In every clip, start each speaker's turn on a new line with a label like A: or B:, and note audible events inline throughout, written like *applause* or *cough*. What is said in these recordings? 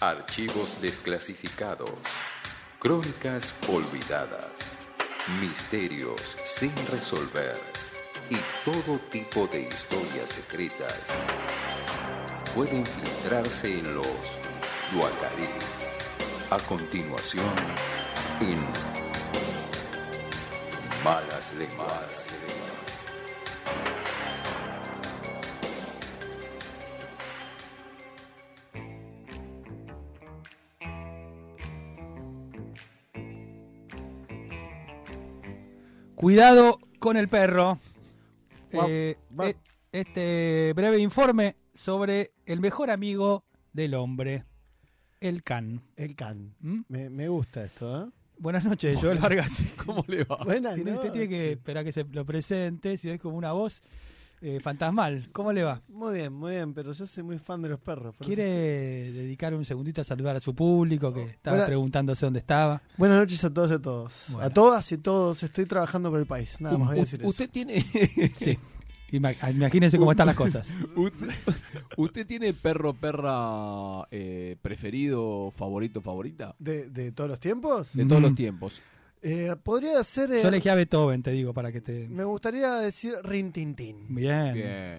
A: Archivos desclasificados. Crónicas olvidadas. Misterios sin resolver. Y todo tipo de historias secretas pueden filtrarse en los Duacarís. A continuación, en Malas Lemas.
B: Cuidado con el perro.
C: Guau,
B: Eh,
C: guau.
B: e- este breve informe sobre el mejor amigo del hombre, el can.
C: El can.
B: ¿Mm?
C: Me, me gusta esto, ¿eh?
B: Buenas noches, Joel Vargas.
D: ¿Cómo le va?
C: Buenas
B: Ah, Tiene- usted tiene que
C: noches.
B: esperar que se lo presente, si es como una voz eh, fantasmal. ¿Cómo le va?
C: Muy bien, muy bien, pero yo soy muy fan de los perros. por eso-
B: ¿Quiere dedicar un segundito a saludar a su público que estaba
C: Hola.
B: preguntándose dónde estaba?
C: Buenas noches a todos y a todos.
B: Bueno.
C: A todas y todos. Estoy trabajando por el país. Nada más voy a decir
D: U-
C: eso.
D: usted tiene *laughs*
B: Sí. Ima- Imagínense cómo están las cosas.
D: usted, usted tiene perro perra eh, preferido, favorito, favorita
C: ¿De, de todos los tiempos?
D: de todos
B: Mm.
D: los tiempos.
C: Eh, podría ser. eh,
B: Yo elegí a Beethoven, te digo, para que te.
C: Me gustaría decir
B: Mm.
C: Rintintín.
D: Bien.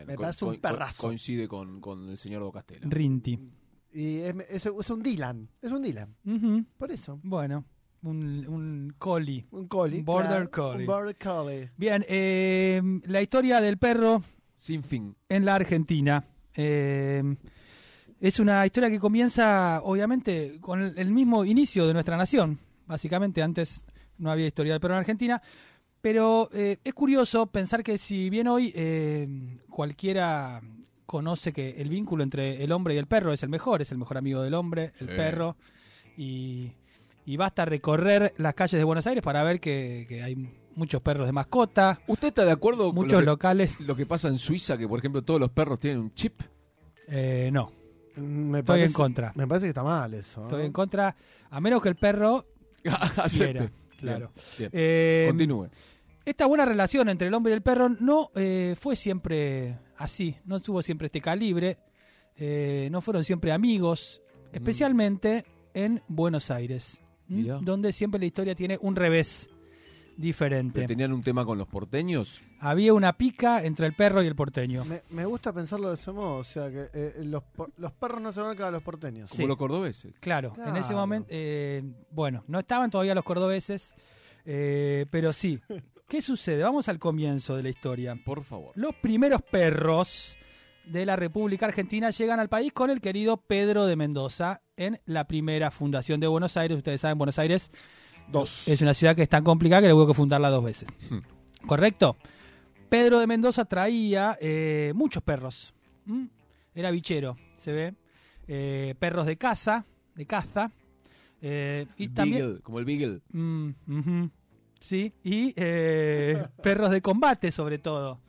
C: Me parece un perrazo.
D: coincide con, con el señor Docastela.
B: Rinti.
C: Y es, es- es un Dylan. Es un Dylan.
B: Ujú.
C: Por eso.
B: Bueno, un, un coli.
C: Un collie.
B: Un border
C: claro,
B: collie.
C: Un border collie.
B: Bien, eh, la historia del perro
D: Sin fin.
B: en la Argentina. Eh, es una historia que comienza, obviamente, con el, el mismo inicio de nuestra nación. Básicamente, antes no había historia del perro en Argentina. Pero eh, es curioso pensar que si bien hoy eh, cualquiera conoce que el vínculo entre el hombre y el perro es el mejor, es el mejor amigo del hombre, el
D: Sí.
B: perro, y, y basta recorrer las calles de Buenos Aires para ver que, que hay muchos perros de mascota,
D: ¿Usted está de acuerdo con
B: muchos
D: lo
B: locales...
D: que, lo que pasa en Suiza, que por ejemplo todos los perros tienen un chip? *laughs*
B: eh, no,
C: Mm, Me
B: estoy
C: parece,
B: en contra.
C: Me parece que está mal eso. ¿no?
B: Estoy en contra, a menos que el perro quiera.
D: Ah. Acepte.
B: Claro.
D: Bien, bien.
B: Eh,
D: Continúe.
B: esta buena relación entre el hombre y el perro no eh, fue siempre así, no tuvo siempre este calibre, eh, no fueron siempre amigos,
D: Mm.
B: especialmente en Buenos Aires, ¿m?
D: Mirá.
B: donde siempre la historia tiene un revés
D: Pero
B: diferente.
D: ¿Tenían un tema con los porteños?
B: Había una pica entre el perro y el porteño.
C: Me, me gusta pensarlo de ese modo. O sea, que eh, los, por- los perros no se van a los porteños.
D: Como
B: Sí.
D: los cordobeses.
B: Claro, en ese
C: Claro.
B: momento, eh, bueno, no estaban todavía los cordobeses, eh, pero sí. ¿Qué sucede? Vamos al comienzo de la historia.
D: Por favor.
B: Los primeros perros de la República Argentina llegan al país con el querido Pedro de Mendoza en la primera fundación de Buenos Aires. Ustedes saben, Buenos Aires
D: Dos.
B: es una ciudad que es tan complicada que le hubo que fundarla dos veces.
D: Hmm.
B: ¿Correcto? Pedro de Mendoza traía eh, muchos perros. ¿m? Era bichero, se ve. Eh, perros de caza, de caza. Eh, y también.
D: Beagle, como el Beagle.
B: Mm, ujú. Sí, y eh, perros de combate, sobre todo.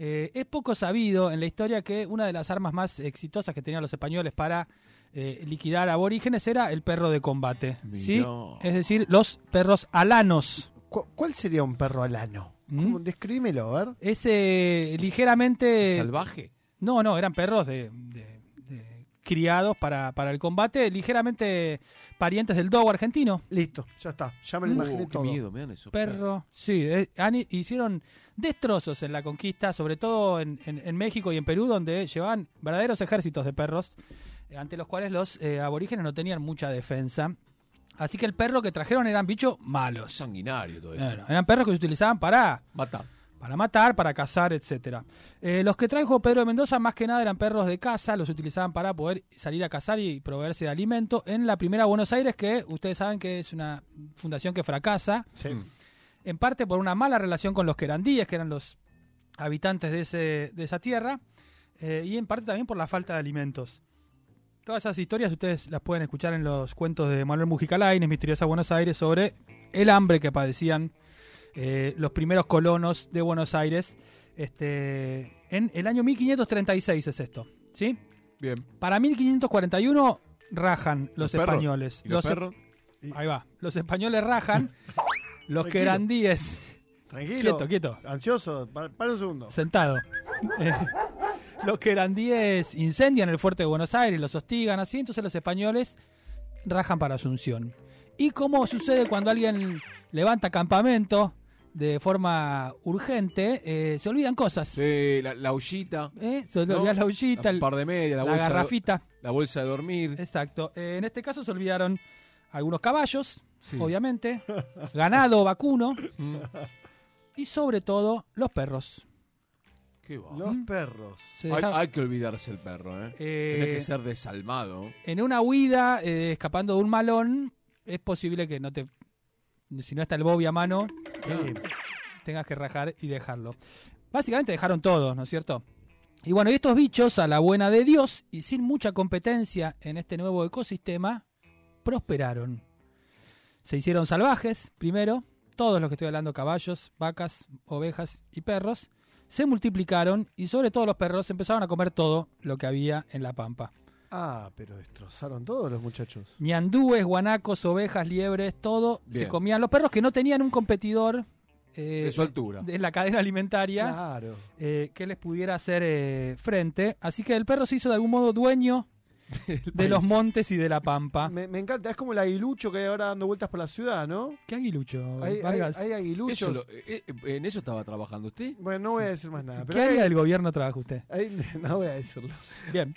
B: Eh, es poco sabido en la historia que una de las armas más exitosas que tenían los españoles para eh, liquidar aborígenes era el perro de combate. ¿sí?
D: Mirá.
B: Es decir, los perros alanos.
C: ¿Cu- ¿Cuál sería un perro alano?
B: ¿Mm?
C: ¿Cómo? Describímelo, a ver.
B: Ese ligeramente.
D: Salvaje.
B: No, no, eran perros de, de- de- criados para, para el combate, ligeramente parientes del dogo argentino.
C: Listo, ya está. Ya me lo
D: Uh,
C: imaginé
D: qué
C: todo.
D: miedo me dan esos perros.
B: Perro, sí, eh, han i- hicieron destrozos en la conquista, sobre todo en, en- en México y en Perú, donde llevaban verdaderos ejércitos de perros, eh, ante los cuales los eh, aborígenes no tenían mucha defensa. Así que el perro que trajeron eran bichos malos.
D: Sanguinario todo esto.
B: Bueno, eran perros que se utilizaban para
D: Mata.
B: para matar, para cazar, etcétera. Eh, los que trajo Pedro de Mendoza más que nada eran perros de caza, los utilizaban para poder salir a cazar y proveerse de alimento en la primera Buenos Aires, que ustedes saben que es una fundación que fracasa,
C: Sí.
D: Mm.
B: en parte por una mala relación con los querandíes, que eran los habitantes de, ese- de esa tierra, eh, y en parte también por la falta de alimentos. Todas esas historias ustedes las pueden escuchar en los cuentos de Manuel Mujica Lainez, Misteriosa Buenos Aires, sobre el hambre que padecían eh, los primeros colonos de Buenos Aires. Este, en el año 1536 es esto, ¿sí?
D: Bien.
B: Para 1541 rajan los,
D: Los perros.
B: españoles.
D: ¿Y los,
B: Los-
D: perros?
B: Ahí va. Los españoles rajan, los
C: Tranquilo.
B: querandíes
C: Tranquilo.
B: Quieto, quieto.
C: Ansioso. pa- Para, un segundo.
B: Sentado. Eh, los querandíes incendian el fuerte de Buenos Aires, los hostigan así, entonces los españoles rajan para Asunción. Y como sucede cuando alguien levanta campamento de forma urgente, eh, se olvidan cosas.
D: Sí, la, la ollita,
B: ¿eh? Se
D: No,
B: olvidan la ollita,
D: un
B: el-
D: par de medias, la,
B: la,
D: bolsa, de,
B: garrafita.
D: la bolsa de dormir.
B: Exacto. Eh, en este caso se olvidaron algunos caballos,
D: Sí. *laughs*
B: obviamente, ganado, vacuno
D: Mm.
B: y sobre todo los perros.
D: Qué va.
C: Los perros.
B: Se
D: hay,
B: dejaron-
D: hay que olvidarse el perro, ¿eh?
B: Eh,
D: Tiene que ser desalmado.
B: en una huida, eh, escapando de un malón, es posible que no te. Si no está el Bobby a mano,
D: Claro.
B: tengas que rajar y dejarlo. Básicamente dejaron todos, ¿no es cierto? Y bueno, y estos bichos, a la buena de Dios y sin mucha competencia en este nuevo ecosistema, prosperaron. Se hicieron salvajes, primero, todos los que estoy hablando, caballos, vacas, ovejas y perros, se multiplicaron y sobre todo los perros empezaron a comer todo lo que había en la pampa.
C: Ah, pero destrozaron todos los muchachos.
B: Ñandúes, guanacos, ovejas, liebres, todo
D: Bien.
B: se comían. Los perros que no tenían un competidor eh,
D: De su altura.
B: de la cadena alimentaria
C: Claro.
B: eh, que les pudiera hacer eh, frente. Así que el perro se hizo de algún modo dueño
C: *laughs*
B: de los montes y de la pampa.
C: Me, me encanta, es como el aguilucho que hay ahora dando vueltas por la ciudad, ¿no?
B: ¿Qué aguilucho,
C: Hay, hay-
B: Vargas?
C: hay aguiluchos.
D: Eso lo- eh, eh, ¿En eso estaba trabajando usted?
C: Bueno, no voy a decir más nada.
B: ¿Qué
C: Pero
B: área
C: hay-
B: del gobierno trabaja usted?
C: hay- *laughs* no voy a decirlo.
B: Bien.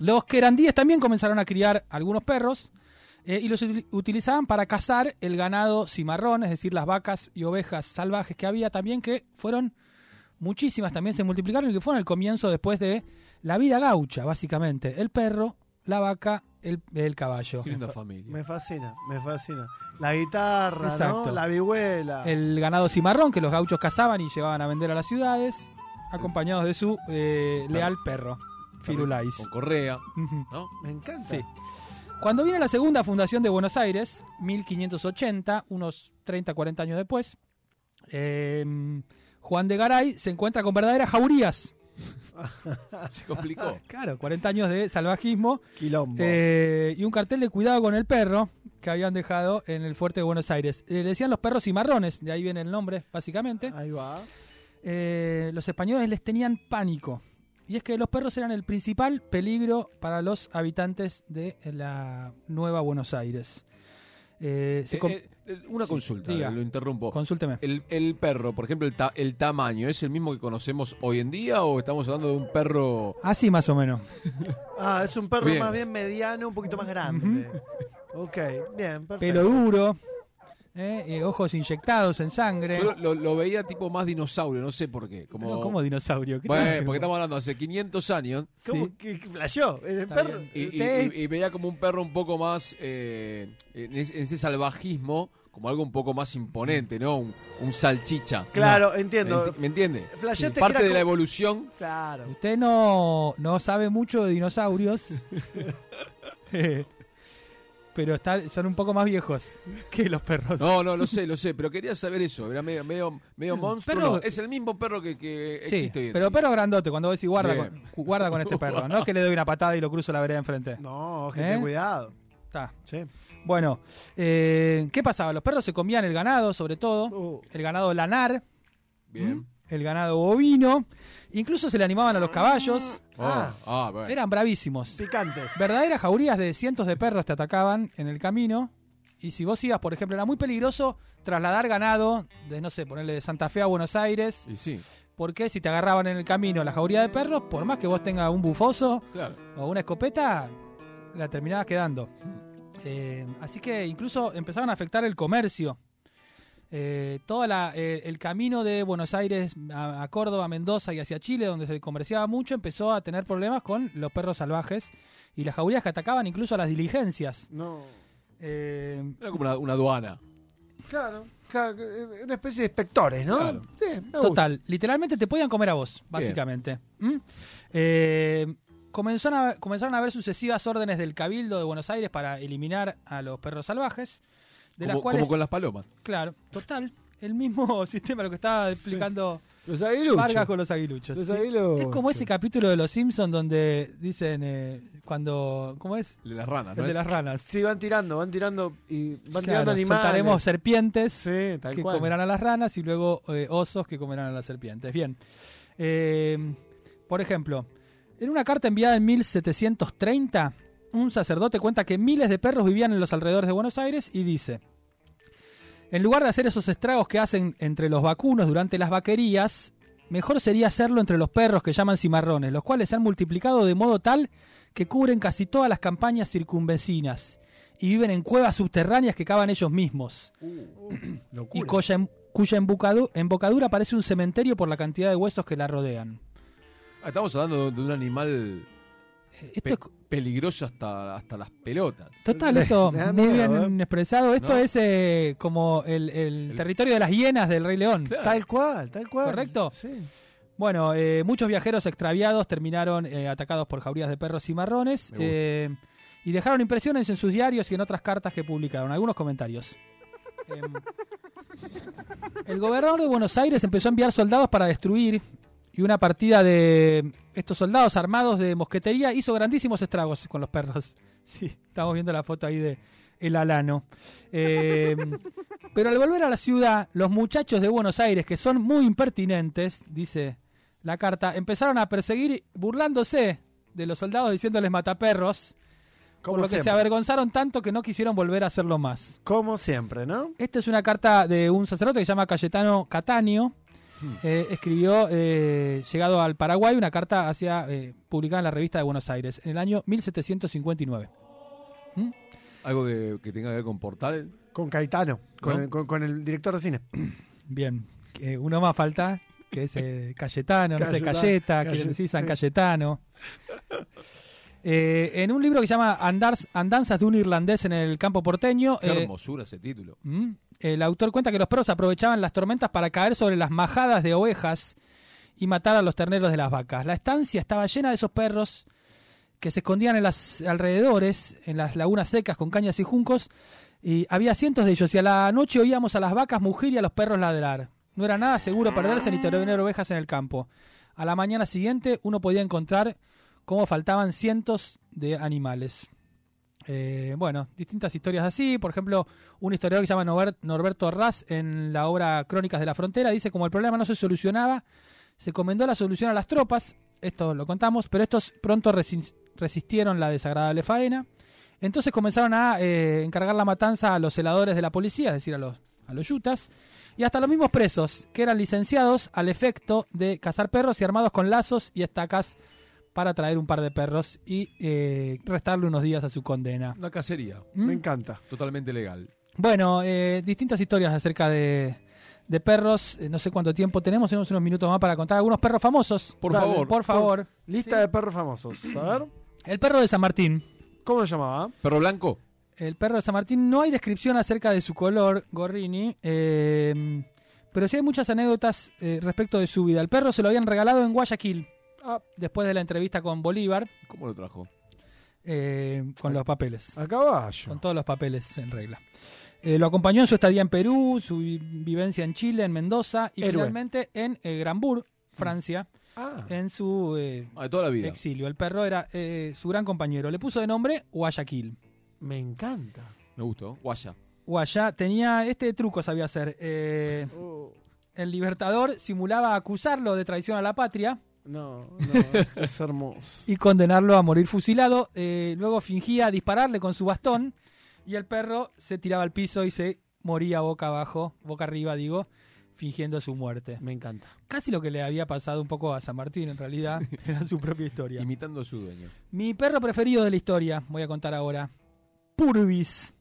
B: Los querandíes también comenzaron a criar algunos perros eh, y los util- utilizaban para cazar el ganado cimarrón, es decir, las vacas y ovejas salvajes que había también, que fueron muchísimas, también se multiplicaron y que fueron el comienzo después de la vida gaucha, básicamente. El perro, la vaca, el, el caballo. *laughs*
D: Qué linda familia.
C: Me fascina, me fascina. La guitarra,
B: Exacto.
C: ¿no? La vihuela.
B: el ganado cimarrón que los gauchos cazaban y llevaban a vender a las ciudades, acompañados de su eh, leal perro, Firulais.
D: Con correa,
B: Ujú.
D: ¿no?
C: Me encanta.
B: Sí. Cuando viene la segunda fundación de Buenos Aires, 1580, unos 30, 40 años después, eh, Juan de Garay se encuentra con verdaderas jaurías.
D: Se complicó.
B: Claro, 40 años de salvajismo
C: Quilombo.
B: eh, y un cartel de cuidado con el perro que habían dejado en el fuerte de Buenos Aires. Eh, le decían los perros cimarrones, de ahí viene el nombre, básicamente.
D: Ah.
C: Ahí va.
B: eh, los españoles les tenían pánico. Y es que los perros eran el principal peligro para los habitantes de la Nueva Buenos Aires. Eh, *laughs* se
D: Eh,
B: com-
D: eh, eh, una
B: Sí,
D: consulta,
B: diga.
D: lo interrumpo.
B: consúlteme.
D: El, el perro, por ejemplo, el, ta- el tamaño, ¿es el mismo que conocemos hoy en día o estamos hablando de un perro
B: Así más o menos.
C: Ah, es un perro
D: Bien.
C: más bien mediano, un poquito más grande. Ok, bien, perfecto.
B: Pelo duro, eh, eh, ojos inyectados en sangre.
D: Yo lo, lo veía tipo más dinosaurio, no sé por qué. Como,
B: Eh. No, como dinosaurio. ¿Qué
D: Bueno,
B: tal?
D: porque estamos hablando hace 500 años
C: ¿Cómo
B: Sí.
C: que que flasheó? El
B: Está
C: perro.
B: bien.
D: y, y-
C: Te-
D: y- y veía como un perro un poco más eh, en, es- en ese salvajismo, como algo un poco más imponente, ¿no? Un, un salchicha.
C: Claro, entiendo.
D: Enti- ¿Me entiende?
C: Flasheaste que
D: Parte
C: era
D: de la
C: como-
D: evolución.
C: Claro.
B: Usted no, no sabe mucho de dinosaurios.
D: *laughs*
B: Eh, pero está- son un poco más viejos que los perros.
D: No, no, lo sé, lo sé, pero quería saber eso. Era medio, medio, medio
B: Mm,
D: monstruo.
B: perro-
D: no, es el mismo perro que, que
B: Sí,
D: existe hoy en
B: pero
D: día.
B: perro grandote, cuando vos decís guarda
D: Bien.
B: con, cu- guarda con este perro, no es que le doy una patada y lo cruzo la vereda enfrente.
C: No,
B: ¿Eh?
C: gente, cuidado.
B: Está.
C: Sí.
B: Bueno, eh, ¿qué pasaba? Los perros se comían el ganado, sobre todo,
C: Uh,
B: el ganado lanar,
D: Bien.
B: el ganado bovino, incluso se le animaban a los caballos,
D: Ah, ah, bueno.
B: eran bravísimos.
C: picantes.
B: Verdaderas jaurías de cientos de perros te atacaban en el camino. Y si vos ibas, por ejemplo, era muy peligroso trasladar ganado de, no sé, ponerle de Santa Fe a Buenos Aires,
D: Y sí,
B: porque si te agarraban en el camino la jauría de perros, por más que vos tengas un bufoso,
D: claro.
B: o una escopeta, la terminabas quedando. Eh, así que incluso empezaron a afectar el comercio. Eh, todo el camino de Buenos Aires a, a Córdoba, Mendoza y hacia Chile, donde se comerciaba mucho, empezó a tener problemas con los perros salvajes y las jaurías que atacaban incluso a las diligencias.
C: No.
B: Eh,
D: Era como una, una aduana.
C: Claro, claro, eh, una especie de inspectores, ¿no?
D: Claro.
C: Sí, me gusta.
B: Total, literalmente te podían comer a vos, básicamente. ¿Mm? Eh, comenzaron, a, comenzaron a haber sucesivas órdenes del Cabildo de Buenos Aires para eliminar a los perros salvajes, de las
D: Como,
B: cuales,
D: como con las palomas.
B: claro, total, el mismo *laughs* sistema lo que estaba explicando
C: Los aguiluchos.
B: Vargas con los aguiluchos.
C: Los
B: ¿sí?
C: aguiluchos.
B: Es como ese capítulo de Los Simpsons donde dicen, eh, cuando, ¿cómo es?
D: De las ranas,
B: El
D: ¿no?
B: de
D: es?
B: las ranas.
C: Sí, van tirando, van tirando y Ah, van
B: Claro,
C: tirando animales.
B: soltaremos serpientes
C: Sí, tal
B: que
C: cual.
B: comerán a las ranas y luego eh, osos que comerán a las serpientes. Bien. Eh, Por ejemplo, en una carta enviada en 1730, un sacerdote cuenta que miles de perros vivían en los alrededores de Buenos Aires y dice, en lugar de hacer esos estragos que hacen entre los vacunos durante las vaquerías, mejor sería hacerlo entre los perros que llaman cimarrones, los cuales se han multiplicado de modo tal que cubren casi todas las campañas circunvecinas y viven en cuevas subterráneas que cavan ellos mismos y
C: Locura.
B: cuya, em- cuya embocadu- embocadura parece un cementerio por la cantidad de huesos que la rodean.
D: Ah, Estamos hablando de un animal
B: Eh,
D: pe-
B: Esto es
D: peligroso hasta, hasta las pelotas.
B: total,
D: *laughs*
C: Me-
B: esto
C: me da
B: muy
C: miedo,
B: bien expresado. Esto
D: ¿No?
B: es eh, como el, el
D: El-
B: territorio de las hienas del Rey León.
D: Claro.
C: Tal cual, tal cual.
B: ¿Correcto?
C: Sí.
B: Bueno, eh, muchos viajeros extraviados terminaron eh, atacados por jaurías de perros y marrones
D: Me gusta.
B: eh, y dejaron impresiones en sus diarios y en otras cartas que publicaron. Algunos comentarios. Em, el gobernador de Buenos Aires empezó a enviar soldados para destruir y una partida de estos soldados armados de mosquetería hizo grandísimos estragos con los perros. *laughs* Sí, estamos viendo la foto ahí de el alano. Eh, pero al volver a la ciudad, los muchachos de Buenos Aires, que son muy impertinentes, dice la carta, empezaron a perseguir burlándose de los soldados diciéndoles mataperros, por
C: Como
B: lo que se
C: siempre.
B: avergonzaron tanto que no quisieron volver a hacerlo más.
C: Como siempre, ¿no?
B: Esta es una carta de un sacerdote que se llama Cayetano Cataño.
C: Hmm.
B: Eh, escribió, eh, llegado al Paraguay, una carta hacia, eh, publicada en la revista de Buenos Aires en el año 1759.
D: Algo de- que tenga que ver con portal.
C: Con Caetano, con,
D: ¿No?
C: el, con- con el director de cine.
B: Bien, Eh, uno más falta, que es eh,
C: *laughs*
B: Cayetano, no sé,
C: Cayetano,
B: Cayeta, que
C: Calle-
B: decís San
C: sí. *laughs*
B: Cayetano. Eh, en un libro que se llama Andars- Andanzas de un irlandés en el campo porteño,
D: Qué
B: eh,
D: hermosura ese título.
B: Mm. El autor cuenta que los perros aprovechaban las tormentas para caer sobre las majadas de ovejas y matar a los terneros de las vacas. La estancia estaba llena de esos perros que se escondían en los alrededores, en las lagunas secas con cañas y juncos, y había cientos de ellos, y a la noche oíamos a las vacas mugir y a los perros ladrar. No era nada seguro perderse ni tener ovejas en el campo. A la mañana siguiente uno podía encontrar cómo faltaban cientos de animales. Eh, bueno, distintas historias así. Por ejemplo, un historiador que se llama Norbert- Norberto Raz en la obra Crónicas de la Frontera dice como el problema no se solucionaba, se comendó la solución a las tropas, esto lo contamos, pero estos pronto resi- resistieron la desagradable faena. Entonces comenzaron a eh, encargar la matanza a los celadores de la policía, es decir, a los, a los yutas, y hasta a los mismos presos, que eran licenciados al efecto de cazar perros y armados con lazos y estacas para traer un par de perros y eh, restarle unos días a su condena.
D: Una cacería
B: ¿Mm?
C: Me encanta.
D: totalmente legal.
B: Bueno, eh, distintas historias acerca de, de perros. Eh, No sé cuánto tiempo tenemos, tenemos unos minutos más para contar algunos perros famosos.
D: Por
C: Dale,
D: favor,
B: Por favor.
C: Lista de perros famosos. A ver,
B: El perro de San Martín.
C: ¿cómo se llamaba?
D: perro blanco.
B: El perro de San Martín no hay descripción acerca de su color, Gorrini, eh, pero sí hay muchas anécdotas eh, respecto de su vida. El perro se lo habían regalado en Guayaquil
C: Ah,
B: después de la entrevista con Bolívar,
D: ¿Cómo lo trajo?
B: eh, con los papeles.
C: a caballo.
B: Con todos los papeles en regla. Eh, lo acompañó en su estadía en Perú, su vi- vivencia en Chile, en Mendoza y
C: Héroe.
B: finalmente en eh, Granbourg, Francia,
C: Ah,
B: en su eh,
D: Ah, de toda la vida.
B: exilio. El perro era eh, su gran compañero. Le puso de nombre Guayaquil.
C: me encanta.
D: Me gustó. Guaya.
B: Guayá tenía este truco, sabía hacer. Eh,
C: Oh,
B: el libertador simulaba acusarlo de traición a la patria
C: no, *laughs* no, es hermoso.
B: y condenarlo a morir fusilado. Eh, luego fingía dispararle con su bastón y el perro se tiraba al piso y se moría boca abajo, boca arriba, digo, fingiendo su muerte.
C: Me encanta.
B: Casi lo que le había pasado un poco a San Martín, en realidad, era su propia historia.
D: Imitando a
B: *laughs*
D: su dueño.
B: Mi perro preferido de la historia, voy a contar ahora. Purvis.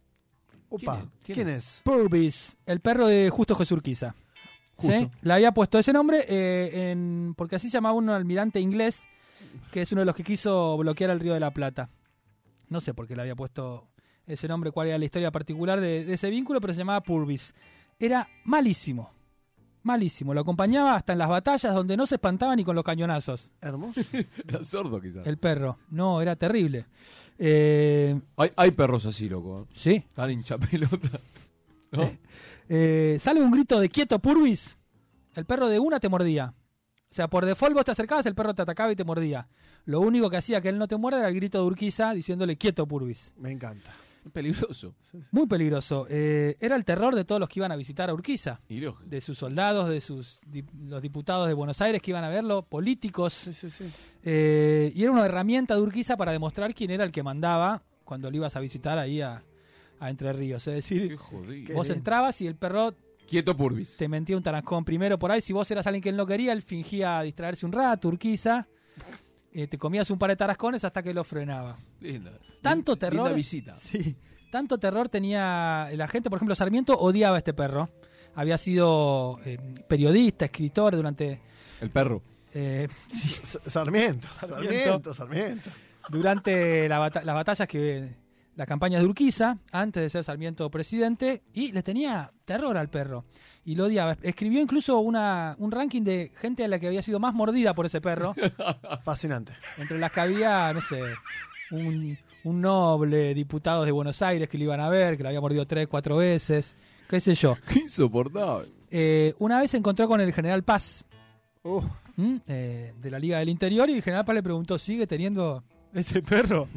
C: Opa,
D: es? ¿Quién
C: ¿quién
D: es?
C: es?
B: Purvis, el perro de Justo Jesús Urquiza.
D: Justo.
B: ¿Sí? Le había puesto ese nombre eh, en- porque así llamaba un almirante inglés que es uno de los que quiso bloquear el río de la Plata. No sé por qué le había puesto ese nombre, cuál era la historia particular de, de ese vínculo, pero se llamaba Purvis. Era malísimo, malísimo. Lo acompañaba hasta en las batallas donde no se espantaba ni con los cañonazos.
C: Hermoso.
D: Era sordo, quizás.
B: El perro, no, era terrible. Eh,
D: Hay, hay perros así, loco. ¿eh?
B: sí. *laughs*
D: Tan hinchapelota. ¿No?
B: Eh, sale un grito de quieto, Purvis. El perro de una te mordía. O sea, por default vos te acercabas, el perro te atacaba y te mordía. Lo único que hacía que él no te muerda era el grito de Urquiza diciéndole quieto, Purvis.
C: Me encanta.
D: Peligroso.
B: Muy peligroso. Eh, era el terror de todos los que iban a visitar a Urquiza.
D: Y lógico.
B: De sus soldados, de sus di- los diputados de Buenos Aires que iban a verlo, políticos.
C: Sí, sí, sí.
B: Eh, y era una herramienta de Urquiza para demostrar quién era el que mandaba cuando lo ibas a visitar ahí a, a Entre Ríos. Es
D: Qué
B: decir,
D: jodido.
B: vos
C: bien.
B: entrabas y el perro
D: Quieto Purvis.
B: te mentía un tarascón primero por ahí. Si vos eras alguien que él no quería, él fingía distraerse un rato, Urquiza. Eh, te comías un par de tarascones hasta que lo frenaba.
D: Linda.
B: Tanto
D: Linda
B: terror.
D: visita.
B: Sí. Tanto terror tenía la gente. Por ejemplo, Sarmiento odiaba a este perro. Había sido eh, periodista, escritor durante,
D: El perro. *laughs*
B: eh,
C: S- Sarmiento,
B: Sarmiento. *laughs*
C: Sarmiento, Sarmiento.
B: durante la bata- las batallas que. La campaña de Urquiza, antes de ser Sarmiento presidente, y le tenía terror al perro. Y lo odiaba. Escribió incluso una, un ranking de gente a la que había sido más mordida por ese perro.
C: Fascinante.
B: Entre las que había, no sé, un, un noble diputado de Buenos Aires que lo iban a ver, que lo había mordido tres, cuatro veces, qué sé yo.
D: Qué insoportable.
B: Eh, una vez se encontró con el general Paz
C: Uh,
B: ¿m? Eh, de la Liga del Interior y el general Paz le preguntó, ¿sigue teniendo ese perro?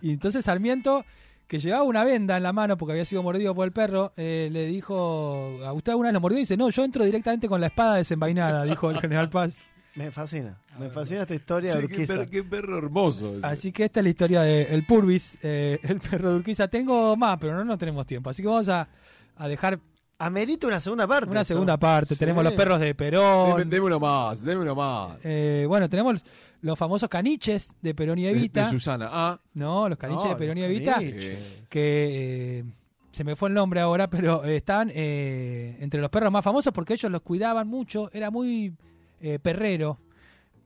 B: y entonces Sarmiento, que llevaba una venda en la mano porque había sido mordido por el perro, eh, le dijo, ¿a usted alguna vez lo mordió? Y dice, no, yo entro directamente con la espada desenvainada, dijo el general Paz.
C: me fascina. Me fascina esta historia
D: Sí,
C: de
D: qué,
C: Urquiza.
D: per- qué perro hermoso. ese.
B: Así que esta es la historia del El Purvis, eh, el perro de Urquiza. Tengo más, pero no, no tenemos tiempo, así que vamos a, a dejar
C: Amerita una segunda parte.
B: una
C: esto.
B: segunda parte.
C: Sí.
B: Tenemos los perros de
D: Deme,
B: Perón.
D: deme uno más, deme uno más.
B: Eh, bueno, tenemos los, los famosos caniches de Perón y
D: De- de
B: Evita.
D: Susana. Ah,
B: No, los caniches
C: No,
B: de Perón y
C: los
B: Evita.
C: caniches.
D: eh,
B: Que eh, se me fue el nombre ahora, pero eh, estaban eh, entre los perros más famosos porque ellos los cuidaban mucho. Era muy eh, perrero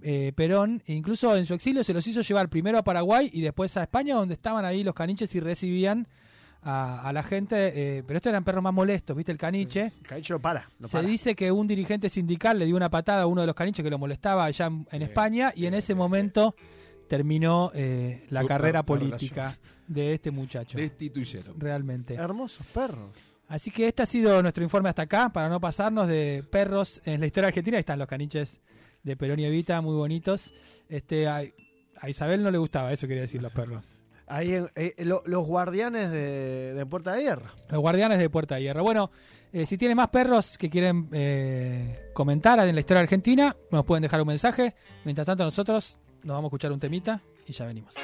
B: eh, Perón. E incluso en su exilio se los hizo llevar primero a Paraguay y después a España, donde estaban ahí los caniches y recibían a, a la gente. eh, pero estos eran perros más molestos, ¿viste? El caniche.
C: Caicho, para. No
B: Se
C: para.
B: dice que un dirigente sindical le dio una patada a uno de los caniches que lo molestaba allá en, en
D: Eh,
B: España y en
D: eh,
B: ese
D: eh,
B: momento terminó eh, la
D: Su-
B: carrera
D: la- la
B: política de este muchacho.
D: destituyeron.
B: Realmente.
C: Hermosos perros.
B: Así que este ha sido nuestro informe hasta acá, para no pasarnos de perros en la historia argentina. Ahí están los caniches de Perón y Evita, muy bonitos. Este, a, a Isabel no le gustaba, eso quería decir los perros.
C: Ahí en- eh, lo- los guardianes de, de Puerta de Hierro.
B: Los guardianes de Puerta de Hierro. Bueno, eh, si tienen más perros que quieren eh, comentar en la historia argentina, nos pueden dejar un mensaje. Mientras tanto, nosotros nos vamos a escuchar un temita y ya venimos.